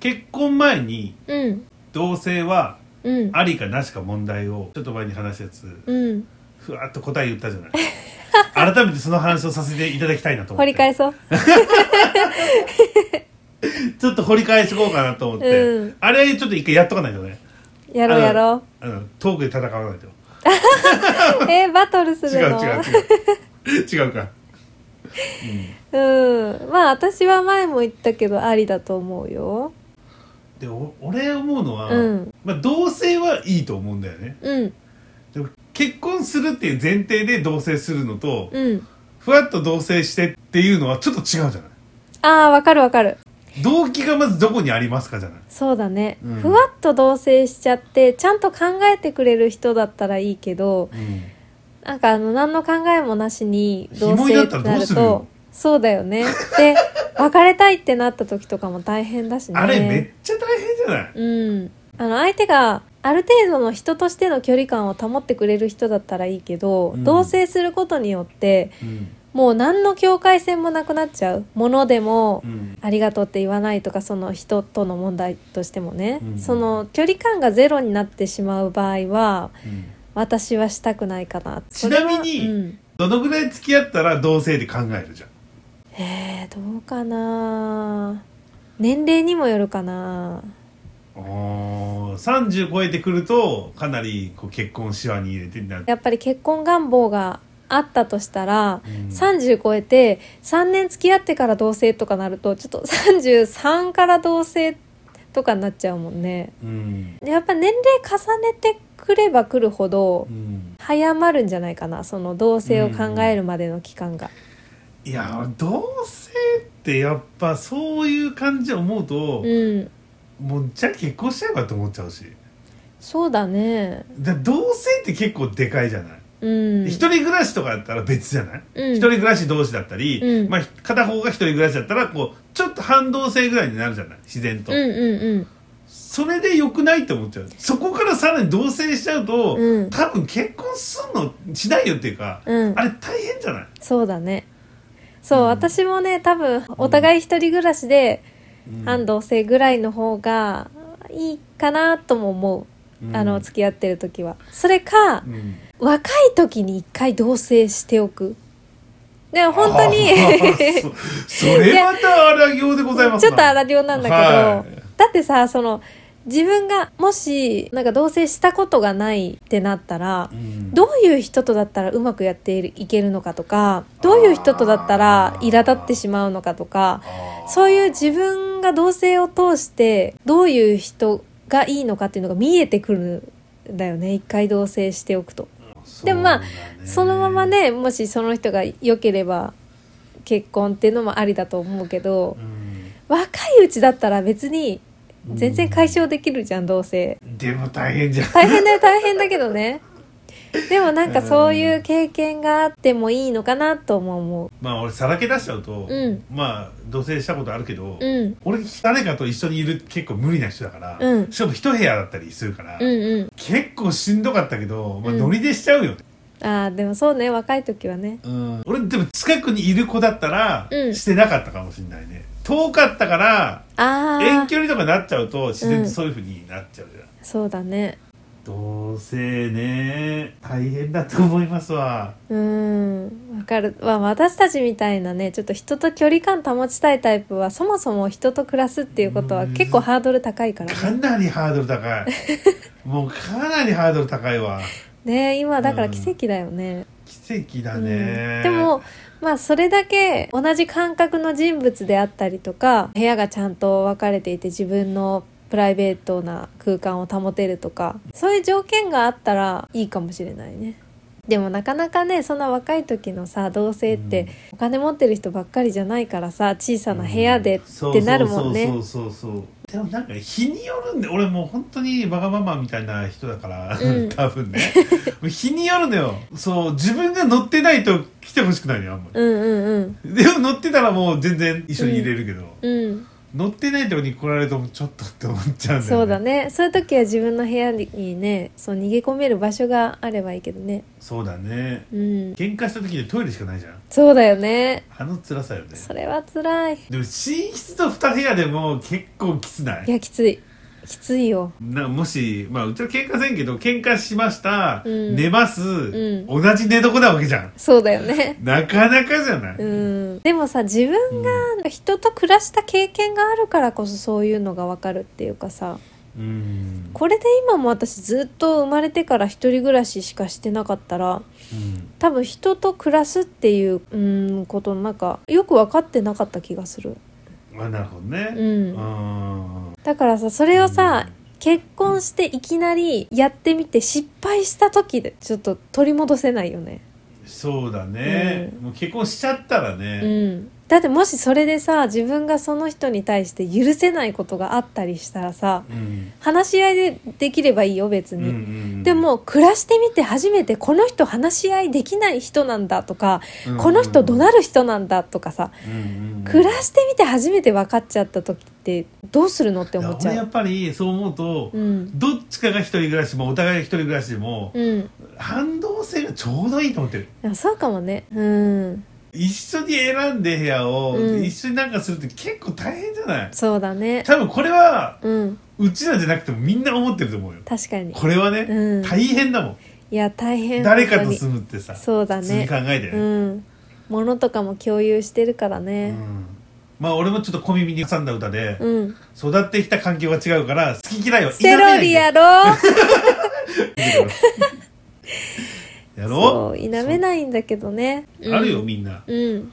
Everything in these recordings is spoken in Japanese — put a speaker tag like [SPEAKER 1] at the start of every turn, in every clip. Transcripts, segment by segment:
[SPEAKER 1] 結婚前に
[SPEAKER 2] うん
[SPEAKER 1] 同性は
[SPEAKER 2] うん
[SPEAKER 1] ありかなしか問題をちょっと前に話したやつ
[SPEAKER 2] うん
[SPEAKER 1] ふわっと答え言ったじゃない改めてその話をさせていただきたいなと思
[SPEAKER 2] 掘
[SPEAKER 1] っ
[SPEAKER 2] り
[SPEAKER 1] て
[SPEAKER 2] 返そう
[SPEAKER 1] ちょっと掘り返していこうかなと思って、
[SPEAKER 2] うん
[SPEAKER 1] あれちょっと一回やっとかないとね
[SPEAKER 2] やろうやろ
[SPEAKER 1] あのトークで戦わないと
[SPEAKER 2] うえーバトルす
[SPEAKER 1] 違
[SPEAKER 2] る
[SPEAKER 1] う
[SPEAKER 2] の
[SPEAKER 1] 違う違う 違うか
[SPEAKER 2] うんまあ私は前も言ったけどありだと思うよ
[SPEAKER 1] でお俺思うのは、
[SPEAKER 2] うん
[SPEAKER 1] まあ、同性はいいと思うんだよね
[SPEAKER 2] うん
[SPEAKER 1] でも結婚するっていう前提で同棲するのと、
[SPEAKER 2] うん
[SPEAKER 1] ふわっと同棲してっていうのはちょっと違うじゃない
[SPEAKER 2] あーわかるわかる
[SPEAKER 1] 動機がまずどこにありますかじゃない
[SPEAKER 2] そうだね、
[SPEAKER 1] うん
[SPEAKER 2] ふわっと同棲しちゃってちゃんと考えてくれる人だったらいいけど
[SPEAKER 1] うん
[SPEAKER 2] なんかあの何の考えもなしに同
[SPEAKER 1] 紐にな
[SPEAKER 2] 棲
[SPEAKER 1] っ
[SPEAKER 2] ったて
[SPEAKER 1] ら
[SPEAKER 2] な
[SPEAKER 1] どう
[SPEAKER 2] る
[SPEAKER 1] するよ
[SPEAKER 2] とそうだよねで別れたいってなった時とかも大変だしね
[SPEAKER 1] あれめっちゃ大変じゃない
[SPEAKER 2] うんあの相手がある程度の人としての距離感を保ってくれる人だったらいいけど、
[SPEAKER 1] うん
[SPEAKER 2] 同棲することによって
[SPEAKER 1] うん
[SPEAKER 2] もう何の境界線もなくなっちゃうものでも、
[SPEAKER 1] うん
[SPEAKER 2] ありがとうって言わないとかその人との問題としてもね、
[SPEAKER 1] うん
[SPEAKER 2] その距離感がゼロになってしまう場合は
[SPEAKER 1] うん
[SPEAKER 2] 私はしたくないかな
[SPEAKER 1] ちなみに
[SPEAKER 2] それはうん
[SPEAKER 1] どのぐらい付き合ったら同性で考えるじゃん
[SPEAKER 2] えー、どうかな年齢にもよるかな
[SPEAKER 1] おー30超えてくるとかなりこう結婚視野に入れてなる
[SPEAKER 2] やっぱり結婚願望があったとしたら、
[SPEAKER 1] うん
[SPEAKER 2] 30超えて3年付き合ってから同棲とかなるとちょっと33から同棲とかになっちゃうもんね
[SPEAKER 1] うん
[SPEAKER 2] でやっぱ年齢重ねてくればくるほど
[SPEAKER 1] うん
[SPEAKER 2] 早まるんじゃないかなその同棲を考えるまでの期間が
[SPEAKER 1] いや同性ってやっぱそういう感じで思うと
[SPEAKER 2] う、ん
[SPEAKER 1] もうじゃあ結婚しちゃえばと思っちゃうし
[SPEAKER 2] そうだね
[SPEAKER 1] だ同性って結構でかいじゃない、
[SPEAKER 2] うん
[SPEAKER 1] 一人暮らしとかだったら別じゃない、
[SPEAKER 2] うん
[SPEAKER 1] 一人暮らし同士だったり、
[SPEAKER 2] うん
[SPEAKER 1] まあ、片方が一人暮らしだったらこうちょっと半同性ぐらいになるじゃない自然と、
[SPEAKER 2] うんうん
[SPEAKER 1] それでよくないって思っちゃうそこからさらに同性しちゃうと、
[SPEAKER 2] うん
[SPEAKER 1] 多分結婚すんのしないよっていうか、
[SPEAKER 2] うんうん
[SPEAKER 1] あれ大変じゃない
[SPEAKER 2] そうだねそう、
[SPEAKER 1] うん
[SPEAKER 2] 私もね多分お互い一人暮らしで
[SPEAKER 1] うん
[SPEAKER 2] 半同棲ぐらいの方がいいかなとも思う、
[SPEAKER 1] うん
[SPEAKER 2] あの付き合ってる時はそれか
[SPEAKER 1] うん
[SPEAKER 2] 若い時に一回同棲しておくでも本当
[SPEAKER 1] あ
[SPEAKER 2] に
[SPEAKER 1] ーそそれまた荒行でございます
[SPEAKER 2] ちょっと荒
[SPEAKER 1] 行
[SPEAKER 2] 行なんだけど、
[SPEAKER 1] はい
[SPEAKER 2] だってさその自分がもしなんか同棲したことがないってなったら、どういう人とだったらうまくやっているいけるのかとかどういう人とだったら苛立ってしまうのかとかそういう自分が同棲を通してどういう人がいいのかっていうのが見えてくるんだよね一回同棲しておくと。でもまあそのまま、ねもしその人が良ければ結婚っていうのもありだと思うけ
[SPEAKER 1] そう
[SPEAKER 2] ど
[SPEAKER 1] だねうん
[SPEAKER 2] 若いうちだったら別に全然解消できるじゃん同棲
[SPEAKER 1] でも大変じゃん
[SPEAKER 2] 大変だよ大変だけどねでもなんかそういう経験があってもいいのかなとも思
[SPEAKER 1] まあ俺さらけ出しちゃうと、
[SPEAKER 2] うん
[SPEAKER 1] まあ同棲したことあるけど、
[SPEAKER 2] う、うん、
[SPEAKER 1] 俺誰かと一緒にいる結構無理な人だから、
[SPEAKER 2] うん
[SPEAKER 1] しかも一部屋だったりするから、
[SPEAKER 2] うんうん
[SPEAKER 1] 結構しんどかったけど、まあ、
[SPEAKER 2] うん
[SPEAKER 1] ノリでしちゃうよね、
[SPEAKER 2] ああでもそうね若い時はね
[SPEAKER 1] うん俺でも近くにいる子だったら、
[SPEAKER 2] うん
[SPEAKER 1] してなかったかもしれないね遠かったから
[SPEAKER 2] ああ
[SPEAKER 1] 遠距離とかなっちゃうと自然
[SPEAKER 2] う
[SPEAKER 1] と
[SPEAKER 2] ん
[SPEAKER 1] そういうふうになっちゃうじゃん、
[SPEAKER 2] そうだね
[SPEAKER 1] 同棲ね大変だと思いますわ
[SPEAKER 2] うんわかる、まあ、私たちみたいなねちょっと人と距離感保ちたいタイプはそもそも人と暮らすっていうことは
[SPEAKER 1] うん
[SPEAKER 2] 結構ハードル高いから
[SPEAKER 1] か
[SPEAKER 2] ね
[SPEAKER 1] なりハードル 高いもうかなりハードル高いわ
[SPEAKER 2] ね今だか
[SPEAKER 1] う
[SPEAKER 2] ら
[SPEAKER 1] ん
[SPEAKER 2] 奇跡だよね、
[SPEAKER 1] 奇跡だ
[SPEAKER 2] うん
[SPEAKER 1] ね、
[SPEAKER 2] でもまあそれだけ同じ感覚の人物であったりとか部屋がちゃんと分かれていて自分のプライベートな空間を保てるとかそういう条件があったらいいかもしれないねでもなかなかねそんな若い時のさ同棲って、
[SPEAKER 1] うん
[SPEAKER 2] お金持ってる人ばっかりじゃないからさ小さな部屋で
[SPEAKER 1] そう
[SPEAKER 2] ってなるもんね、
[SPEAKER 1] そうそうそうそうでもなんか日によるんで俺もう本当にわがままみたいな人だから、
[SPEAKER 2] うん
[SPEAKER 1] 多分ねもう日によるのよそう自分が乗ってないと来てほしくないのよあんま
[SPEAKER 2] うんうんうん
[SPEAKER 1] りでも乗ってたらもう全然一緒にいれるけど、
[SPEAKER 2] うん
[SPEAKER 1] 乗ってないとこに来られるとちょっとって思っちゃうんだよね
[SPEAKER 2] そうだねそういう時は自分の部屋にねそう逃げ込める場所があればいいけどね
[SPEAKER 1] そうだね
[SPEAKER 2] うん
[SPEAKER 1] 喧嘩した時でトイレしかないじゃん
[SPEAKER 2] そうだよね
[SPEAKER 1] あの辛さよね
[SPEAKER 2] それは辛い
[SPEAKER 1] でも寝室と2部屋でも結構きつない
[SPEAKER 2] いやきついきついよ
[SPEAKER 1] なもしまあうちは喧嘩せんけど喧嘩しました、
[SPEAKER 2] うん
[SPEAKER 1] 寝ます、
[SPEAKER 2] ん
[SPEAKER 1] 同じ寝床なわけじゃん
[SPEAKER 2] そうだよね
[SPEAKER 1] なかなかじゃない、
[SPEAKER 2] うんでもさ自分が人と暮らした経験があるからこそそういうのがわかるっていうかさ
[SPEAKER 1] うん
[SPEAKER 2] これで今も私ずっと生まれてから一人暮らししかしてなかったら
[SPEAKER 1] うん
[SPEAKER 2] 多分人と暮らすっていううんことなんかよく分かってなかった気がする、
[SPEAKER 1] まあなるほどね
[SPEAKER 2] う、
[SPEAKER 1] うんん
[SPEAKER 2] だからさそれをさ結婚していきなりやってみて失敗した時でちょっと取り戻せないよね、
[SPEAKER 1] そうだね、
[SPEAKER 2] う
[SPEAKER 1] もう結婚しちゃったら
[SPEAKER 2] う
[SPEAKER 1] ね、
[SPEAKER 2] ん、だってもしそれでさ自分がその人に対して許せないことがあったりしたらさ
[SPEAKER 1] うん
[SPEAKER 2] 話し合いでできればいいよ別
[SPEAKER 1] うん
[SPEAKER 2] に、
[SPEAKER 1] うん
[SPEAKER 2] でも暮らしてみて初めてこの人話し合いできない人なんだとか、この人怒鳴る人なんだとかさ、暮ら
[SPEAKER 1] し
[SPEAKER 2] してみて初めて分かっちゃった時ってどうするのって思っち
[SPEAKER 1] 俺や
[SPEAKER 2] ゃう。
[SPEAKER 1] っぱりそう思うと、
[SPEAKER 2] うん、
[SPEAKER 1] どっちかが一人暮らしもお互い一人暮らしでも、
[SPEAKER 2] うん、
[SPEAKER 1] 反動性がちょうどいいと思ってる
[SPEAKER 2] あそうかもね。うん、
[SPEAKER 1] 一緒に選んで部屋を、
[SPEAKER 2] うん
[SPEAKER 1] 一緒になんかするって結構大変じゃない
[SPEAKER 2] そうだね。
[SPEAKER 1] 多分これは
[SPEAKER 2] うん、
[SPEAKER 1] うちらじゃなくてもみんな思ってると思うよ
[SPEAKER 2] 確かに。
[SPEAKER 1] これはね、
[SPEAKER 2] うん
[SPEAKER 1] 大変だもん
[SPEAKER 2] いや大変。
[SPEAKER 1] 誰か
[SPEAKER 2] 本当
[SPEAKER 1] と
[SPEAKER 2] に
[SPEAKER 1] 住むってさ
[SPEAKER 2] そうだ
[SPEAKER 1] 普通に
[SPEAKER 2] ね
[SPEAKER 1] 考。えてね、
[SPEAKER 2] うん、ものとかも共有してるから
[SPEAKER 1] う
[SPEAKER 2] ね。
[SPEAKER 1] んまあ俺もちょっと小耳に挟んだ歌で、
[SPEAKER 2] うん、
[SPEAKER 1] 育ってきた環境が違うから好き嫌いは
[SPEAKER 2] セロリやろう。
[SPEAKER 1] や
[SPEAKER 2] そ
[SPEAKER 1] ろ
[SPEAKER 2] う否めないんだけどね。うん
[SPEAKER 1] あるよみんな、
[SPEAKER 2] うん。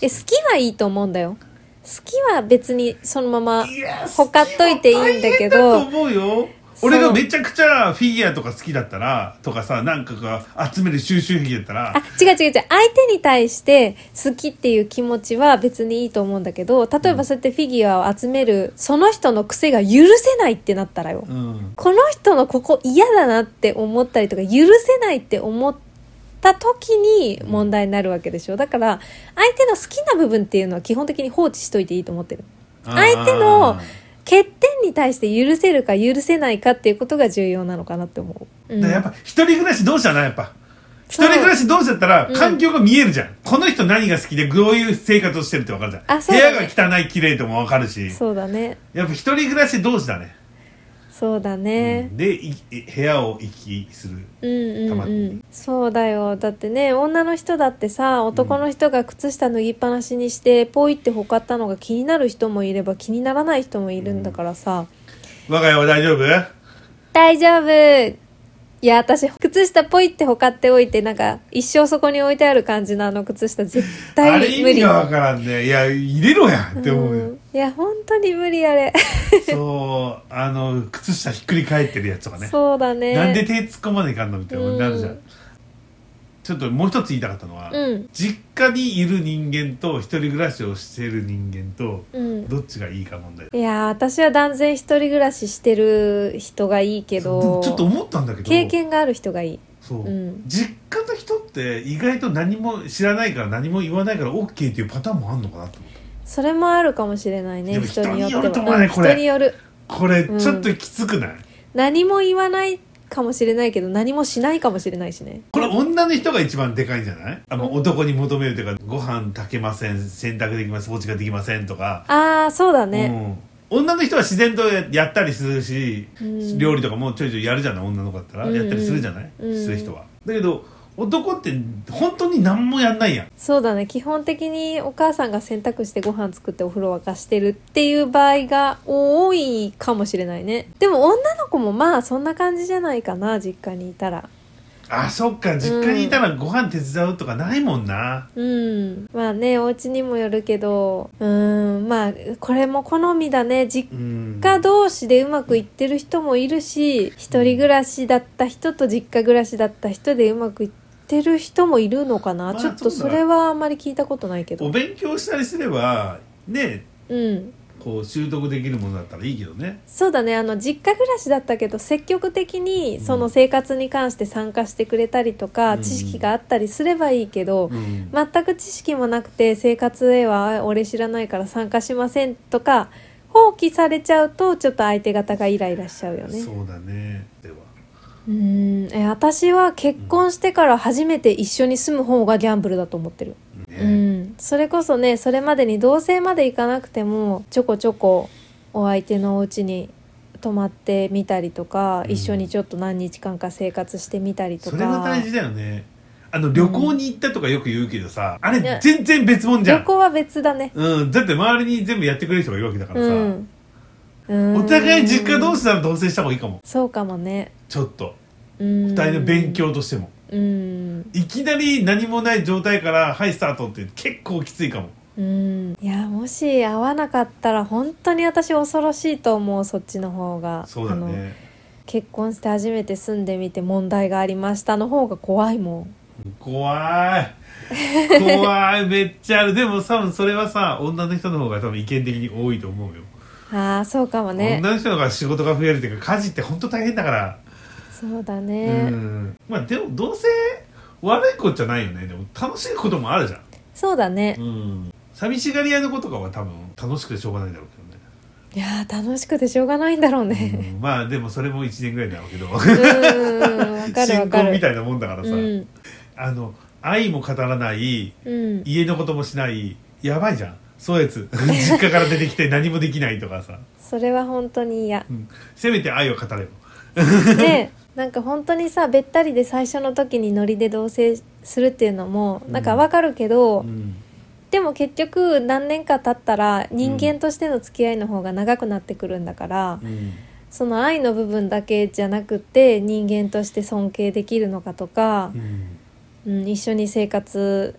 [SPEAKER 2] え、好きはいいと思うんだよ。好きは別にそのまま
[SPEAKER 1] いや
[SPEAKER 2] ほかっといていいんだ
[SPEAKER 1] 好きも大変
[SPEAKER 2] けど
[SPEAKER 1] だと、思うよ
[SPEAKER 2] そう
[SPEAKER 1] 俺がめちゃくちゃフィギュアとか好きだったらとかさなんかが集める収集癖だったら
[SPEAKER 2] あ、違う違う違う。相手に対して好きっていう気持ちは別にいいと思うんだけど、例えばそうやってフィギュアを集める、その人の癖が許せないってなったらよ。
[SPEAKER 1] うん
[SPEAKER 2] この人のここ嫌だなって思ったりとか、許せないって思った時に問題になるわけでしょ。だから、相手の好きな部分っていうのは基本的に放置しといていいと思ってる。相手の欠点に対して許せるか許せないかっていうことが重要なのかなって思う。
[SPEAKER 1] だ
[SPEAKER 2] うん
[SPEAKER 1] からやっぱ一人暮らし同士だなやっぱ一
[SPEAKER 2] そう
[SPEAKER 1] 人暮らし同士だったら
[SPEAKER 2] うん
[SPEAKER 1] 環境が見えるじゃん、この人何が好きでどういう生活をしてるって分かるじゃん、
[SPEAKER 2] あそうだね
[SPEAKER 1] 部屋が汚い綺麗とも分かるし
[SPEAKER 2] そうだね。
[SPEAKER 1] やっぱ一人暮らし同士だね、
[SPEAKER 2] そうだね。
[SPEAKER 1] でい部屋を行き来する
[SPEAKER 2] うんうん
[SPEAKER 1] たま
[SPEAKER 2] う
[SPEAKER 1] に
[SPEAKER 2] ん、そうだよだってね女の人だってさ男の人が靴下脱ぎっぱなしにしてポイってほかったのが気になる人もいれば気にならない人もいるんだからさ
[SPEAKER 1] 我が家は大丈夫
[SPEAKER 2] 「大丈夫!」いや私靴下ポイってほかっておいてなんか一生そこに置いてある感じのあの靴下絶
[SPEAKER 1] あ
[SPEAKER 2] 対
[SPEAKER 1] れ意
[SPEAKER 2] 無
[SPEAKER 1] 味
[SPEAKER 2] 理
[SPEAKER 1] が分からんねいや入れろやって思うよ、
[SPEAKER 2] うんいや本当に無理あれ、
[SPEAKER 1] そうあの靴下ひっくり返ってるやつとかね
[SPEAKER 2] そうだね
[SPEAKER 1] なんで手突っ込まないかんのみたいなことになるじゃん、
[SPEAKER 2] うん
[SPEAKER 1] ちょっともう一つ言いたかったのは、
[SPEAKER 2] うん
[SPEAKER 1] 実家にいる人間と一人暮らしをしてる人間と
[SPEAKER 2] うん
[SPEAKER 1] どっちがいいか問題
[SPEAKER 2] いやー私は断然一人暮らししてる人がいいけ
[SPEAKER 1] で
[SPEAKER 2] ど
[SPEAKER 1] もちょっと思ったんだけど
[SPEAKER 2] 経験がある人がいい
[SPEAKER 1] そう、
[SPEAKER 2] うん
[SPEAKER 1] 実家の人って意外と何も知らないから何も言わないから OK っていうパターンもあんのかなと思っ
[SPEAKER 2] それもあるかもしれない
[SPEAKER 1] で
[SPEAKER 2] ね
[SPEAKER 1] も
[SPEAKER 2] 人によっ
[SPEAKER 1] 人によ
[SPEAKER 2] て
[SPEAKER 1] ると思う
[SPEAKER 2] は
[SPEAKER 1] ね
[SPEAKER 2] うん
[SPEAKER 1] これ
[SPEAKER 2] 人による
[SPEAKER 1] たこれ
[SPEAKER 2] うん
[SPEAKER 1] ちょっときつくない、
[SPEAKER 2] 何も言わないかもしれないけど何もしないかもしれないしね
[SPEAKER 1] これ女の人が一番でかいんじゃないあの男に求めるというかご飯炊けません洗濯できません掃除ができませんとか
[SPEAKER 2] ああそうだね、
[SPEAKER 1] うん、女の人は自然とやったりするし、
[SPEAKER 2] うん
[SPEAKER 1] 料理とかもちょいちょいやるじゃない女の子だったら、
[SPEAKER 2] うんうん
[SPEAKER 1] やったりするじゃない、
[SPEAKER 2] うん
[SPEAKER 1] する人はだけど男って本当に何もやんないやん
[SPEAKER 2] そうだね基本的にお母さんが洗濯してご飯作ってお風呂沸かしてるっていう場合が多いかもしれないねでも女の子もまあそんな感じじゃないかな実家にいたら
[SPEAKER 1] あそっか実家にいたらご飯手伝うとかないもんな、
[SPEAKER 2] うんまあねお家にもよるけどうんまあこれも好みだね実
[SPEAKER 1] うん、
[SPEAKER 2] 家同士でうまくいってる人もいるし一人暮らしだった人と実家暮らしだった人でうまくいってる人もいるのかな、
[SPEAKER 1] まあ
[SPEAKER 2] ちょっと
[SPEAKER 1] そう
[SPEAKER 2] そ
[SPEAKER 1] だね
[SPEAKER 2] れはあんまり聞いたことないけ
[SPEAKER 1] お
[SPEAKER 2] ど
[SPEAKER 1] 勉強したりすればね
[SPEAKER 2] うん
[SPEAKER 1] こう習得できるものだったらいいけどね
[SPEAKER 2] そうだねあの実家暮らしだったけど積極的に
[SPEAKER 1] うん
[SPEAKER 2] その生活に関して参加してくれたりとか、
[SPEAKER 1] うん
[SPEAKER 2] 知識があったりすればいいけど、
[SPEAKER 1] うん、
[SPEAKER 2] 全く知識もなくて生活へはあ俺知らないから参加しませんとか放棄されちゃうとちょっと相手方がイライラしちゃうよね
[SPEAKER 1] そうだねでは
[SPEAKER 2] うーんえ私は結婚してから初めて一緒に住む方がギャンブルだと思ってる、う
[SPEAKER 1] ね、
[SPEAKER 2] ん、それこそねそれまでに同棲まで行かなくてもちょこちょこお相手のお家に泊まってみたりとか、
[SPEAKER 1] うん
[SPEAKER 2] 一緒にちょっと何日間か生活してみたりと
[SPEAKER 1] それが
[SPEAKER 2] か
[SPEAKER 1] 大事だよねあの旅行に行ったとかよく言うけどさ、あれ
[SPEAKER 2] ね
[SPEAKER 1] 全然別物じゃ
[SPEAKER 2] 旅
[SPEAKER 1] ん、
[SPEAKER 2] 行は別だね
[SPEAKER 1] うん、だって周りに全部やってくれる人がいるわけだから
[SPEAKER 2] う
[SPEAKER 1] さ、
[SPEAKER 2] んうん
[SPEAKER 1] お互い実家同士なら同棲した方がいいかも
[SPEAKER 2] そうかもね
[SPEAKER 1] ちょっと
[SPEAKER 2] 二
[SPEAKER 1] 二人の勉強としても、
[SPEAKER 2] うん
[SPEAKER 1] いきなり何もない状態から「はいスタート」って結構きついかも
[SPEAKER 2] うんいやもし会わなかったら本当に私恐ろしいと思うそっちの方が
[SPEAKER 1] そうだ
[SPEAKER 2] あの
[SPEAKER 1] ね
[SPEAKER 2] 結婚して初めて住んでみて問題がありましたの方が怖いもん
[SPEAKER 1] 怖い怖 いめっちゃあるでも多分それはさ女の人の方が多分意見的に多いと思うよ、
[SPEAKER 2] ああそうかもね
[SPEAKER 1] 女の人の方が仕事が増えるっていうか家事って本当大変だから、
[SPEAKER 2] そうだね、
[SPEAKER 1] うんまあでもどうせ悪いことじゃないよねでも楽しいこともあるじゃん
[SPEAKER 2] そうだね、
[SPEAKER 1] うん寂しがり屋の子とかは多分楽しくてしょうがないだろうけ
[SPEAKER 2] いやー楽しくてしょうがないんだろう
[SPEAKER 1] どね、
[SPEAKER 2] ね
[SPEAKER 1] うんまあでもそれも1年ぐらいだろうけど
[SPEAKER 2] うんうんわかるわ
[SPEAKER 1] 新
[SPEAKER 2] か
[SPEAKER 1] 婚
[SPEAKER 2] る
[SPEAKER 1] みたいなもんだからさ、
[SPEAKER 2] うん
[SPEAKER 1] あの愛も語らない
[SPEAKER 2] うん
[SPEAKER 1] 家のこともしないやばいじゃんそうやつ 実家から出てきて何もできないとかさ、
[SPEAKER 2] それは本当に嫌
[SPEAKER 1] うんせめて愛を語れよ
[SPEAKER 2] でなんか本当にさべったりで最初の時にノリで同棲するっていうのもなんかわかるけど、
[SPEAKER 1] うん
[SPEAKER 2] でも結局何年か経ったら人間としての付き合いの方が長くなってくるんだから、
[SPEAKER 1] うん
[SPEAKER 2] その愛の部分だけじゃなくて人間として尊敬できるのかとか
[SPEAKER 1] う、ん
[SPEAKER 2] うん、一緒に生活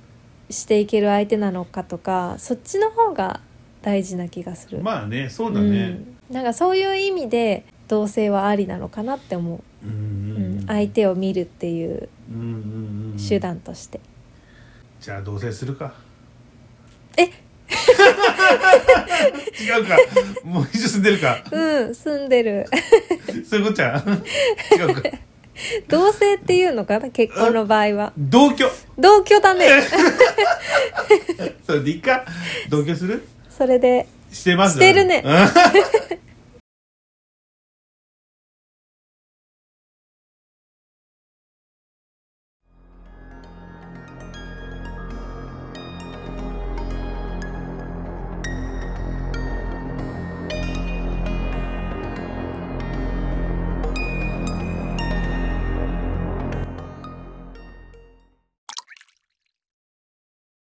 [SPEAKER 2] していける相手なのかとかそっちの方が大事な気がする。
[SPEAKER 1] まあねそうだね、
[SPEAKER 2] うん、なんかそういう意味で同性はありなのかなって思う。
[SPEAKER 1] うん
[SPEAKER 2] うん、相手を見るっていう
[SPEAKER 1] うんうんうん
[SPEAKER 2] 手段として、
[SPEAKER 1] じゃあ同棲するか
[SPEAKER 2] え
[SPEAKER 1] 違うかもう一緒住んでるか
[SPEAKER 2] うん、住んでる
[SPEAKER 1] そういうことじゃん違うか
[SPEAKER 2] 同性っていうのかな結婚の場合は
[SPEAKER 1] 同居
[SPEAKER 2] 同居だね
[SPEAKER 1] それでいいか同居する
[SPEAKER 2] それで
[SPEAKER 1] してます
[SPEAKER 2] してるね
[SPEAKER 1] うん